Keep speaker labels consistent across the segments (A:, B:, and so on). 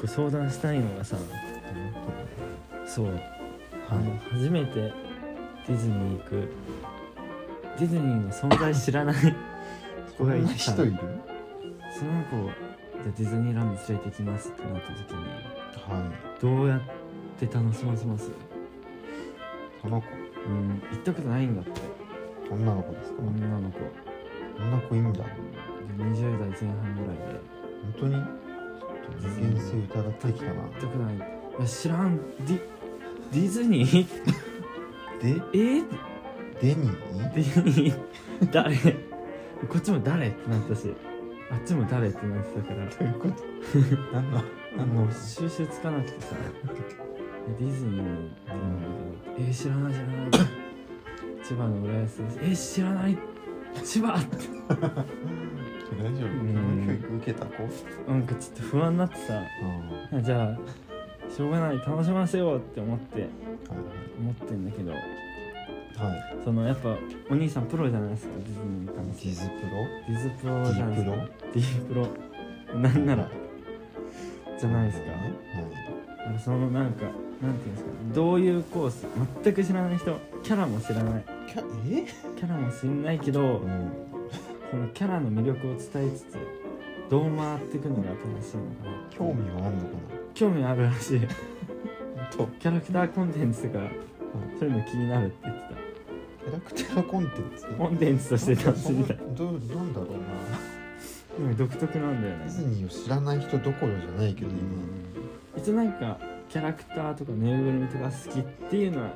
A: 個相談したいのがさそう、あの初めてディズニー行くディズニーの存在知らない
B: これ人いる
A: その子をじゃあディズニーランド連れてきますってなった時に
B: は
A: どうやって楽しませます
B: いこの子
A: うん行ったことないんだって
B: 女の子ですか、
A: 女の子で
B: 女の子いいんだ
A: 20代前半ぐらいで
B: 本当にちょっと人間性疑ってきたな
A: 行ったことないいや知らんディディズニー
B: で
A: えー、
B: デニー
A: ディズニー誰こっちも誰ってなったしあっちも誰ってなってたから
B: どういうこと何の何
A: も
B: の
A: う収集つかなくてさディズニーっていうのがえー、知らない知らない千葉の浦安ですえー、知らない千葉って
B: 大丈夫
A: ん
B: 教育受けた子
A: なんかちょっと不安になってさ
B: ああ
A: あじゃあしょうがない楽しませようって思って思ってんだけど
B: はいはい
A: そのやっぱお兄さんプロじゃないですかディズニーに関
B: デ
A: して
B: ィズプ
A: ディズプロ
B: ロデ
A: じゃない
B: ィ
A: です
B: プ
A: か
B: ロ
A: ディプロなんならじゃないですかなんかそのなんかなんていうんですかどういうコース全く知らない人キャラも知らない
B: はいキャえ
A: キャラも知んないけど
B: うん
A: そのキャラの魅力を伝えつつどう回っていくのが正しいのかな
B: 興味はあんのか
A: 興味あるらしい
B: なと
A: キャラクターコンテンツとかそういうの気になるって言って
B: キャラクターコンテンツ
A: たコンテンツとして楽しみたい
B: どうなんだろうな
A: でも独特なんだよ
B: デ
A: ね
B: ィズニーを知らない人どころじゃないけど今
A: 一応なんかキャラクターとかぬいぐるみとか好きっていうのは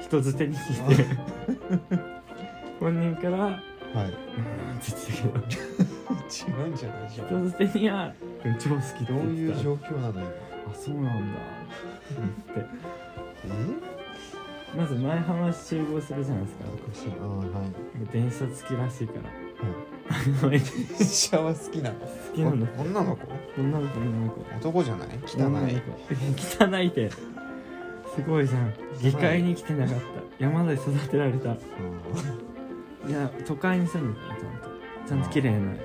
A: 人づてに聞いて本人から「
B: はい
A: うん」って言ってたけ
B: 違うんじゃないじゃ
A: ど人づてには「うん超好き」って
B: どう
A: 言
B: い
A: って
B: う
A: た
B: 状況なの今
A: あそうなんだって
B: え
A: まず前浜集合するじゃないですか
B: おかしいなは
A: 電車付きらしいから
B: い
A: あの好
B: 電車は好きなの
A: きなの
B: 女の子
A: 女の子女の子
B: 男じゃない汚い
A: 汚い汚いってすごいじゃん下界に来てなかった山で育てられた
B: うん
A: いや都会に住んでたよちゃんとちゃんと綺麗なデ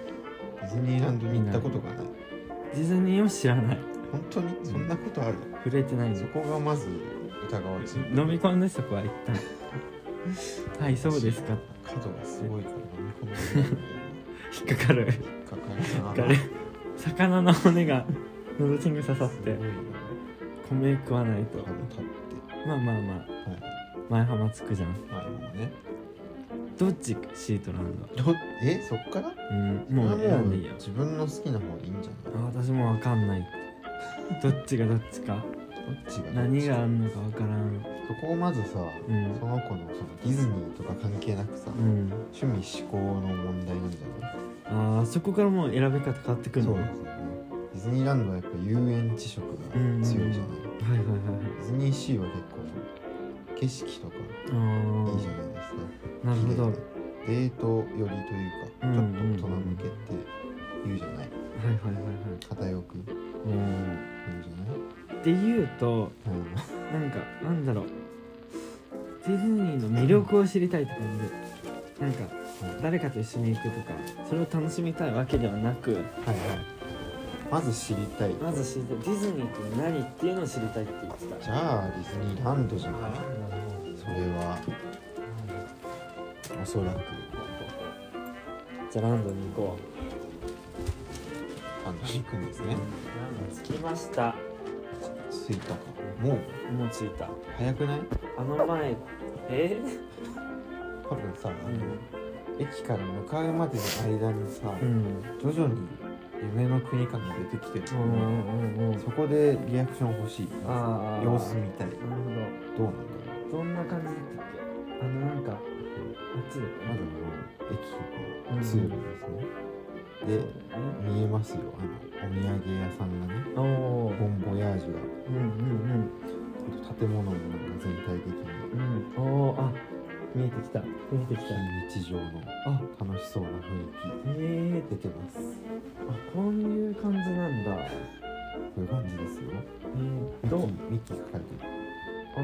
B: ディズニーランドに行ったことがない
A: ィズニーを知らない
B: 本当にそんなことある
A: 触れてないの
B: そこがまず疑わしい
A: 飲み込んでそこは一旦はいそうですか
B: 角がすごいから飲み込 んで
A: 引っかかる
B: 引っ
A: 引
B: かか
A: っか
B: る
A: か
B: な
A: る魚の骨が喉チング刺さっ
B: す
A: て
B: ごいな
A: 米食わないと
B: 多分立って
A: まあまあまあ
B: はい
A: 前浜つくじゃん
B: 前もね
A: どっちシートランド
B: どえそっから
A: うんもう
B: それ
A: 選
B: はも
A: ん
B: う
A: でいいよ
B: 自分の好きな方でいいんじゃ
A: あ私もわかんないどっちがどっちか
B: ないどっちが
A: 何があ
B: どっ
A: んのかわからん
B: ちかそこをまずさ、
A: ん
B: その子のそのディズニーとか関係なくさ、
A: うん
B: 趣味思考の問題なんじゃない
A: あーそこからもう選び方変わってくる
B: そ
A: の
B: うですよねディズニーランドはやっぱ遊園地色が強い
A: はい
B: じゃない、
A: はいはい
B: ディズニーシーは結構景色とか
A: はい
B: いじゃ
A: い
B: ないですか
A: ああなるほど
B: 綺
A: は
B: 麗でデート寄りというか、
A: うんうんうん
B: ちょっと大人向けって言うじゃない
A: いはいはいはい
B: 偏く言う
A: うん
B: じゃない
A: っていうと
B: うん
A: なんかなんだろうディズニーの魅力を知りたいって感じなんか誰かと一緒に行くとかそれを楽しみたいわけではなく
B: はいはいまず知りたい
A: まず知りたいディズニーって何っていうのを知りたいって言ってた
B: じゃあディズニーランドじゃないそれはおそらく
A: じゃあランドに行こう
B: ランドに行くんですね
A: ランド着きました
B: 着いたかもう
A: もう着いた
B: 早くない
A: あの前え
B: 多分さ、あの駅から向かうまでの間にさ、
A: うん
B: 徐々に夢の国感が出てきて
A: う
B: る、
A: んうんうんうん
B: そこでリアクション欲しい
A: あー
B: 様子見たい
A: なるほど
B: どうなんだ
A: どんな
B: ろう
A: 感じだったっけあのなんかあっちだよ
B: まずあの駅とか通路ですね、
A: ね
B: で見えますよあのお土産屋さんがね
A: おお
B: ボンボヤージュが
A: うんうん
B: 建物もなんか全体的に
A: うんうんおおあ見えてきた見えてきた
B: 非日常の
A: あ
B: 楽しそうな雰囲
A: えー、
B: 気出てます
A: あこういう感じなんだ
B: こういう感じですよ
A: えー、
B: ミ
A: どう
B: ッキーミッキー書かれてる
A: あ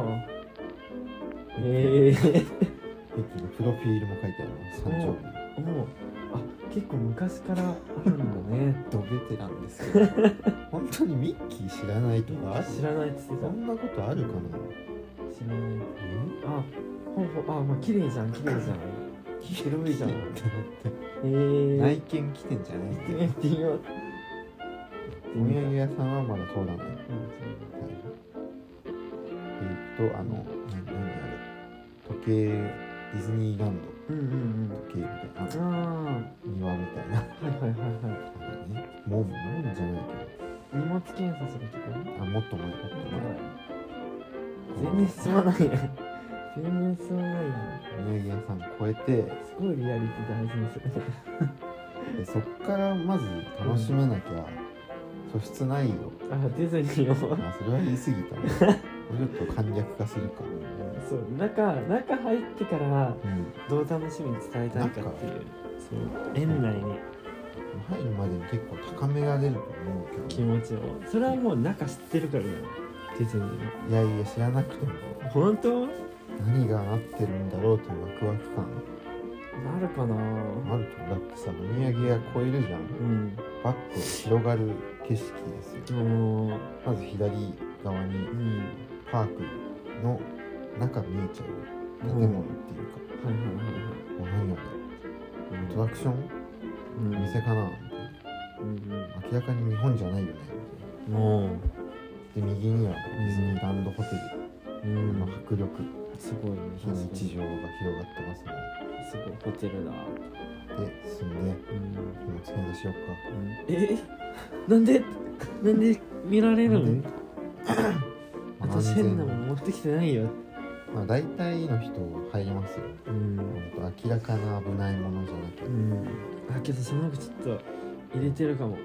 A: あええー、
B: ミッキーのプロフィールも書いてあります誕生日
A: おおあ結構昔からあるんだね
B: ドベテランですけど本当にミッキー知らないとか
A: 知らないっつってた
B: そんなことあるかな
A: 知らないあほうほうあまあ綺麗じゃん綺麗じゃん広いじゃん
B: っ
A: へ
B: てなって
A: えー、
B: 内見来てんじゃね
A: 行ってみ
B: え
A: よ
B: っ
A: う
B: て
A: 行ってみよう
B: お土産屋さんはまだ通
A: う
B: らない
A: ん
B: はいえーっとあの何だあれ時計ディズニーランド
A: うんうん
B: 時計みたい
A: うん
B: な
A: あ
B: 庭みたいな
A: あはいはいはいはい
B: あれね門門じゃない
A: 荷物検査するとこ
B: けどあもっと前もっと前
A: 全然進まないやん全然進まないやん
B: お土産屋さん越えて
A: すごいリアリティ大事にする
B: でそっからまず楽しめなきゃ素質ないよ、
A: あディズニーを
B: まあ、それは言い過ぎたなもうちょっと簡略化するかな
A: そう中中入ってから
B: うん
A: どう楽しみに伝えたいかっていうそう園内に
B: 入るまでに結構高められると思うけ
A: 気
B: ど
A: 持ちをそれはもう中知ってるからねディズニーの
B: いやいや知らなくても
A: 本当
B: 何がなってるんだろうというワクワク感
A: なるかな
B: あるとだってさお土産屋超えるじゃ
A: う
B: ん
A: ん
B: バッと広がる景色ですよ
A: もう
B: まず左側に
A: うん
B: パークの中見えちゃう建物っていうか、
A: はいはいはいはい
B: もう何だろうアトラクション
A: うん
B: 店かなみたいな
A: うん
B: 明らかに日本じゃないよね
A: うんも
B: で右にはディズニーランドホテ
A: うう
B: ルの
A: ん
B: 迫力
A: すごいね
B: 非日常が広がってますね
A: すごいホテルだ
B: で進んで
A: うん
B: もう次にしよう
A: え なんでなんで見られるの
B: か
A: 私変なもん持ってきてないよ
B: まあ大体の人入りますよ
A: うん
B: 本当明らかな危ないものじゃなきゃ、
A: うんあけどその中ちょっと入れてるかも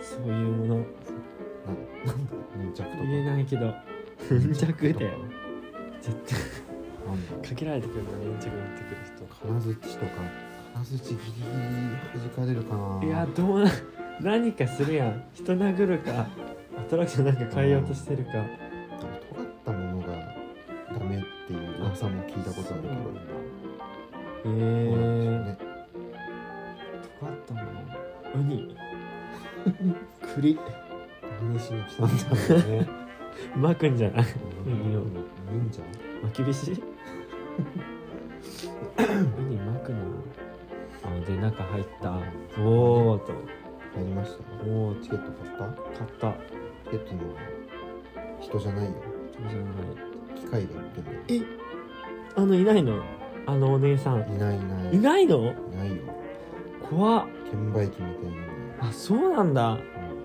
A: そういうもの
B: 何なんだ粘着とか
A: 言えないけど粘着だよ絶
B: なんだろう
A: 対かけられてくるの粘着持ってくる人
B: 金槌とか金槌ギリギリ弾かれるかない
A: やどうな何かするやん人殴るかアトラクションなんか変えようとしてるか
B: でも尖ったものがダメっていう噂も聞いたことあるけど
A: そうなんだえ
B: どうなんでしょう
A: ー
B: ね
A: 尖ったものウニ栗
B: 何しに来たんだろうね
A: 巻くんじゃない
B: うん
A: いいよ
B: 忍者
A: 巻きびしウニ巻くなあで中入ったおおと
B: 入りました
A: おお
B: チケット買っ
A: 買
B: た
A: った
B: チケットの人じゃないよ
A: じゃない
B: 機械で売ってる
A: えあのいないのあのお姉さん
B: いないいない
A: いないの
B: いないよ
A: 怖っ
B: 券売機みたいなの
A: あそうなんだ
B: が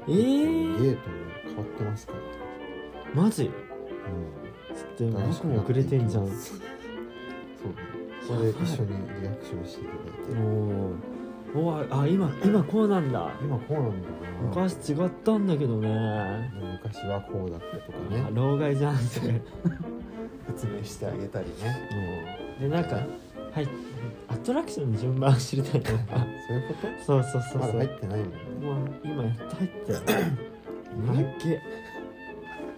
A: えー
B: ゲートも変わってますから
A: マジ
B: う
A: ちょっと
B: ん
A: 僕も遅れてんじゃん
B: 楽しくなっていきますそうねこれ一緒にリアクションしていただいて
A: おおおあ今今こうなんだ
B: 今こうなんだかな
A: 昔違ったんだけどね
B: 昔はこうだったとか
A: あ
B: ね
A: 老害じゃんっても
B: 説明してあげたりね
A: うでなんかはいアトラクションの順番知りたい
B: あ
A: な
B: そういうこと
A: そうそうそう
B: ま
A: そう、
B: だ入ってないもんね
A: もう今やっと入ったよなっけ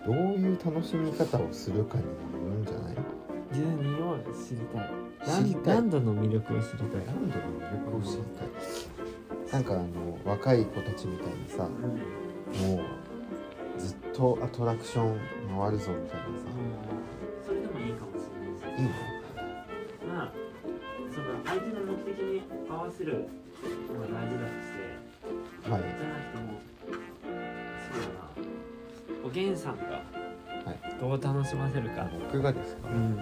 B: どういう楽しみ方をするかによるんじゃない
A: ディズニーを知りたいラ
B: 知り
A: ン
B: たい
A: ランドの魅力を知りたい
B: ランドの魅力を知りたいなんかあの若い子たちみたいにさもうずっとアトラクション回るぞみたいなさ
A: それでもいいかもしれ
B: いいの
A: まあその相手の目的に合わせるのが大事だとして
B: は
A: じゃな
B: い
A: くてもそうだなおげんさんが
B: い
A: どう楽しませるか、
B: 僕がですか
A: うん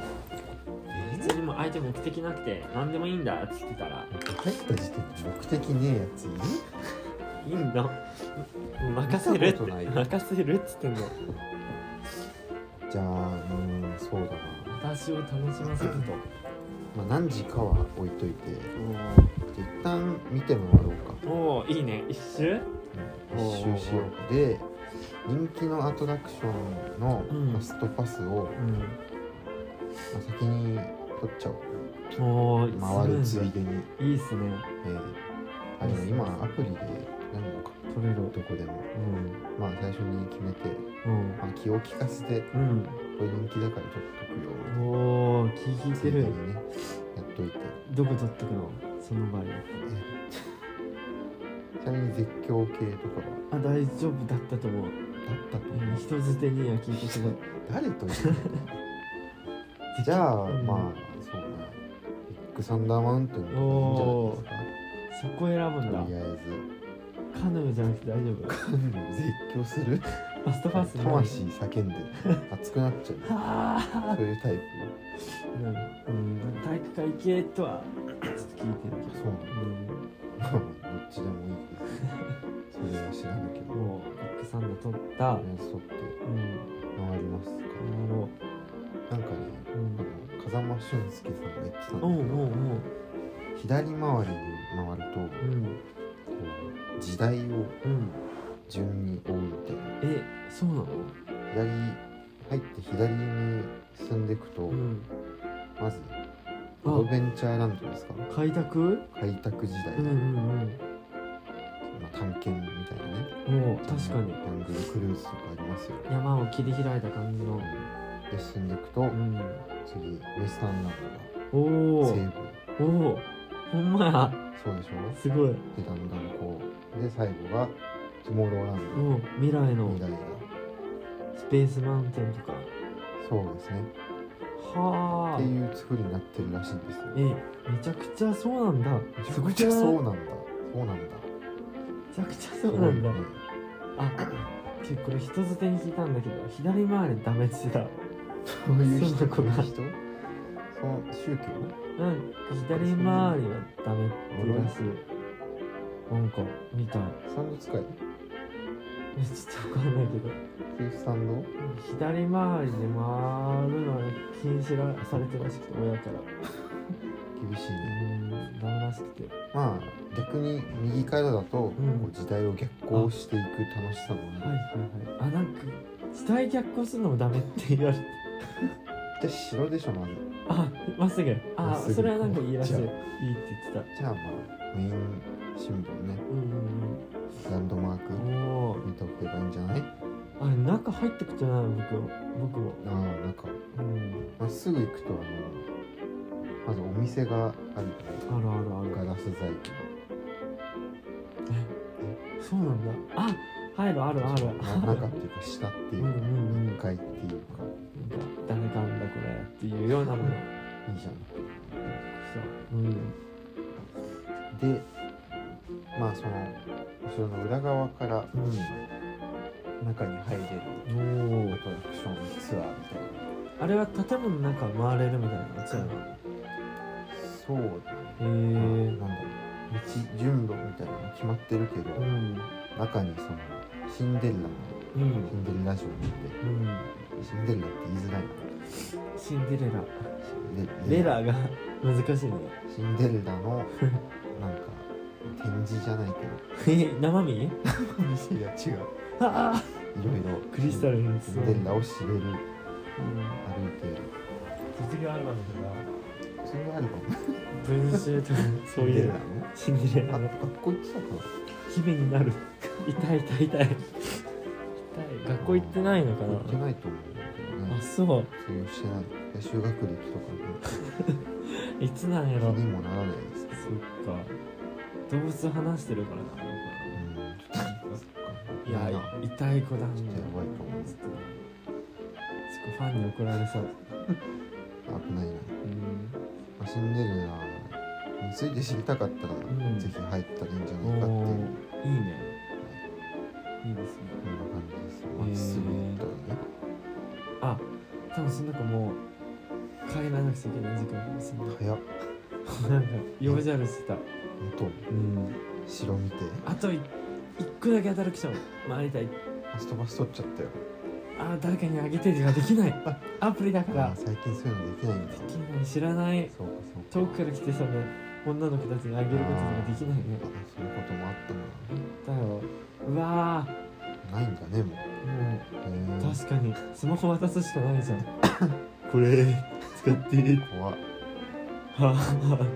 A: 別にもう相手目的なくて何でもいいんだっつってたら
B: 入った時点で目的ねえやついる
A: いいんだもう任せるっ
B: 見たことない
A: て任せるっつってんの
B: じゃあうーんそうだな、
A: 私を楽しませると
B: まあ、何時かは置いといてじゃあ一旦見て回ろう
A: おー
B: か
A: おーいいね一周
B: うん一周しようで人気のアトラクションの
A: うん
B: ファストパスを、まあ先に取っちゃおう
A: うんおお
B: 回るついでに、
A: いいっすね
B: えーあでも今アプリで何もか
A: 取れる
B: どこでも
A: うん
B: まあ最初に決めて、
A: うん
B: まあ、気を利かせてこ
A: うん
B: れ人気だから取っとくよ
A: おお聞い
B: つい
A: て
B: で
A: る
B: にねやっといて
A: どこ取ってくのその場合だっ
B: ちなみに絶叫系とかは
A: たらあ大丈夫だったと思う
B: だったと思
A: うん
B: う
A: 人づてには聞いてくれ
B: 誰と言ってんのじゃあ、
A: うん
B: まあそうねビッグサンダーマウンテンとかいいんじゃないですか
A: そこ選ぶんだ
B: とりあえ
A: カヌーじゃなくて大丈夫フ
B: ず絶叫する
A: ァストファースト
B: 魂叫んで熱くなっち ゃ
A: は
B: うそういうタイプ
A: あなんかうん体育会系とはちょっと聞いてるけ
B: そ
A: ど
B: うなのまあどっちでもいいですそれは知らなけど
A: うん、もうビッグサンダー取ったう
B: 連想って
A: ん
B: 回りますか
A: やろ
B: なんかね
A: うう
B: あ
A: ん
B: の風間俊介さんが言ってたんだけ
A: お
B: ど
A: うおうおう
B: 左回りに回るとこ
A: うん
B: う時代を
A: うん
B: 順に追うみたいな
A: えそうなの
B: 左入って左に進んでいくと、
A: うん
B: まずアド
A: あ
B: ベンチャーランドですか
A: 開拓
B: 開拓時代、
A: うんう
B: ま
A: ん
B: あ、探検みたいなね
A: うんもう確かに
B: ジャングルクルーズとかありますよ
A: 山を切り開いた感じの
B: で進んでいくと、
A: うん
B: 次ウエスタンラン
A: お
B: ドが西
A: お
B: 部
A: おおほんまや
B: そうでしょ
A: すごい
B: でだんだんこうで最後がトゥモローラン
A: もう未来
B: ド
A: の
B: 未来が
A: スペースマウンテンとか
B: そうですね
A: はあ
B: っていう作りになってるらしいんですよ
A: えめちゃくちゃそうなんだ
B: めち
A: す
B: ゃ
A: ごく
B: くち
A: な
B: ゃ
A: い
B: そうなんだそうなんだ
A: めちゃくちゃ
B: す
A: そう
B: ご
A: ないんだ
B: ね
A: あ結構これ人づてに聞いたんだけど左回りダメって言ってた
B: そういう人
A: そんなこ
B: こ
A: と
B: ういう
A: ない
B: 人その宗教
A: なんか左回りはダメって言うらしいなんか見たい
B: スタンド使い
A: いやちょっとわかんないけど
B: っていうスタンド
A: 左回りで回るのは禁止らされてるらしくて親から
B: 厳しいうね
A: んダメらしくて
B: まあ逆に右からだとこ
A: ん
B: う時代を逆行していく楽しさも
A: はいは
B: ね
A: いはいあなんか時代逆行するのもダメって言われて
B: じゃあ白でしょまず
A: あまっすぐ
B: まっ
A: あ
B: すぐ
A: それはなんかいいらしいいいっ
B: こう
A: て言ってた
B: じゃあまあメイン新聞ね
A: うんうん
B: ランドマーク
A: うんおお
B: 見ておけばいいんじゃない
A: あれ中入ってくとないの僕僕も
B: ああなんか
A: うん
B: まっすぐ行くとあのまずお店がある
A: あるあるある
B: ガラス細
A: そうなんだあ入るある
B: 工
A: ある
B: な中っていうか下っていう か
A: うんうんうん
B: 1階っていうか
A: なんか誰なんだこれっていうようなものそ
B: いいじゃん
A: ううん
B: でまあその後ろの裏側から
A: う
B: 中に入れる
A: んお
B: ア
A: お
B: トラクションツアーみたいな
A: あれは建物の中回れるみたいなやつやなへ
B: そう
A: え
B: え
A: うん
B: なんだろう道順路みたいなの決まってるけど、中にそのシンデレラの
A: うん
B: シンデレラ城に行っ
A: うん
B: てシンデレラって言いづらいな
A: シンデレラ
B: シン
A: レラが難しいね
B: シンデレラのなんか展示じゃないけ
A: え生身
B: ど店が違う
A: あ
B: いろいろ
A: クリスタルに
B: シンデレラを知れる歩いてる
A: 卒業アルバムとか
B: それがあれば
A: 文集 とかそういう
B: シンデレラの
A: シンデレラ
B: あ
A: の
B: 学校行ってたかな
A: 姫になる痛い痛い痛い痛い学校行ってないのか
B: 行って
A: な
B: ないと思うんだけど
A: あ
B: ね
A: そう
B: そういうしてない修学歴とか
A: いつなんや
B: の
A: ろ
B: 気にもならないです
A: そっか動物話してるからな
B: うんちょっ
A: い
B: と
A: や
B: や
A: 痛い子だん
B: ちょっとやばいかも
A: ちょっとファンに怒られそう
B: 危ない
A: う
B: な、
A: ん
B: まあ、シンデレラについて知りたかったら、
A: ん
B: ぜひ入ったらいいんじ
A: お
B: ゃないかっていう
A: ーいいねいいですね
B: こんな感じですまっすぐ行ったらね、
A: あ多分その中もう帰らなくちゃいけない時 間ですね
B: 早っ
A: なんか用事あるしてた
B: 本
A: うん
B: 当城見て
A: あとい一個だけ働く人回りたい
B: ファストバス取っちゃったよ
A: あー誰かにあげてができないアプリだから
B: あー最近そういうのできないんだ
A: できない知らない
B: そうかそうか
A: 遠くから来てその女の子たちにあげることとかできないね
B: あそういうこともあった
A: だようわー
B: なないんだねもう
A: も
B: へ
A: う
B: ー
A: 確かにスマホ渡すしかないじゃん これ使って
B: 怖っや
A: はは
B: ばい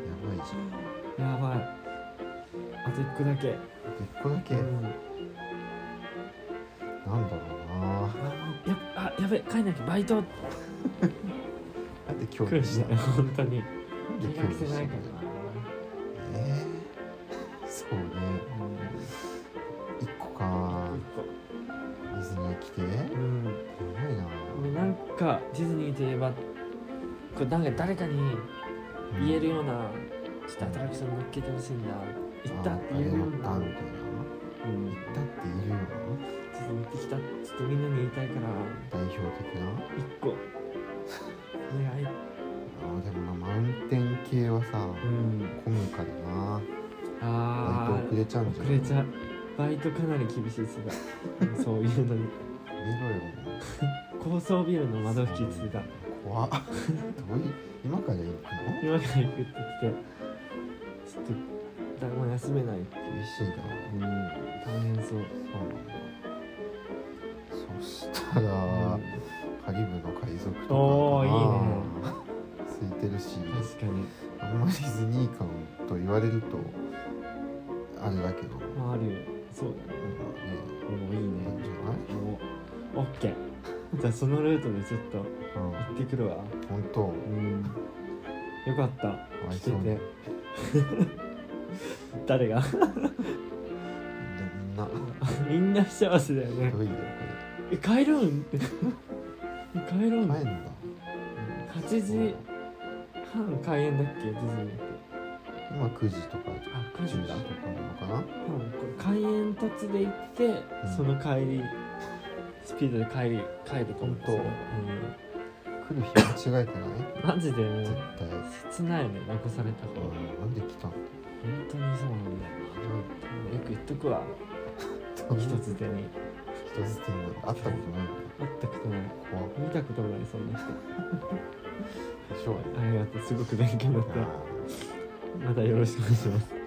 B: じゃん
A: やばいあと一個だけ
B: 一個だけ、
A: うん
B: なんだろうな
A: あやあやべ帰んなきゃバイト
B: なんで今
A: 来
B: 日
A: る
B: に
A: し
B: した
A: ね
B: の
A: 本当に
B: なんで
A: 気が
B: 今日
A: 来
B: に
A: て
B: した
A: ない
B: の
A: からな
B: ええー、そうね1個かディズニー来てや
A: うん、
B: ばいな
A: うん、なんかディズニーといえばこれなんか誰かに言えるようなちょっとアトラクション乗っけてほしいんだ行ったって言えるよう
B: ああ
A: な、
B: れ
A: う、
B: 乗ったみたいなん行ったって言えるよう
A: ちょっと行ってきたちょっとみんなに言いたいから
B: な代表的な
A: 一個お願い
B: あーでもな満点系はさ
A: うん
B: 混むからな
A: あ
B: 割と遅れちゃうんじ
A: 遅
B: ゃな
A: れ
B: い
A: ちゃうバイトかなり厳しいっすがそういうのに
B: 見ろよ
A: 高層ビルの窓拭き通が
B: 怖っどういう今から行くの
A: 今から行くってきてちょっと誰も休めない、うん、
B: 厳しいな
A: 大変そう、
B: そうなんだそしたら、カリブの海賊とかかな
A: おー
B: 空いてるし
A: 確かに
B: あんまりディズニー感と言われるとあれだけどなんか
A: まああるよそうだね
B: ね
A: もういいね
B: いいんじゃない
A: もうオッケーじゃあそのルートでちょっと
B: うん
A: 行ってくるわ
B: 本当
A: うんよかった
B: かわい
A: 聞
B: そう
A: け
B: に
A: て誰が
B: みんな
A: みんな不幸せだよね
B: ひどいよ
A: え帰るんえ 帰るん
B: これ帰るんだ
A: 8時半開演だっけディズニーって
B: 今9時とか
A: あ9
B: 10時
A: 時
B: と
A: だ
B: か
A: うん
B: なのかな
A: これ開演途中で行って、
B: ん
A: その帰りスピードで帰り帰ると思う
B: 本当来る日間違えてない
A: うん、マジでも
B: 絶
A: う
B: 対、
A: 切ないよね残された方、
B: う
A: 本
B: ん、なんで来たんだ
A: 当にそうなんだよよく言っとくわ
B: どう
A: 一つ手に
B: 人づてになんて会ったことないんだ
A: 会ったことない
B: 怖っ
A: 見たことないそんな人
B: でしょうね
A: ありがとうすごく勉強になっ
B: あ
A: たまたよろしくお願いします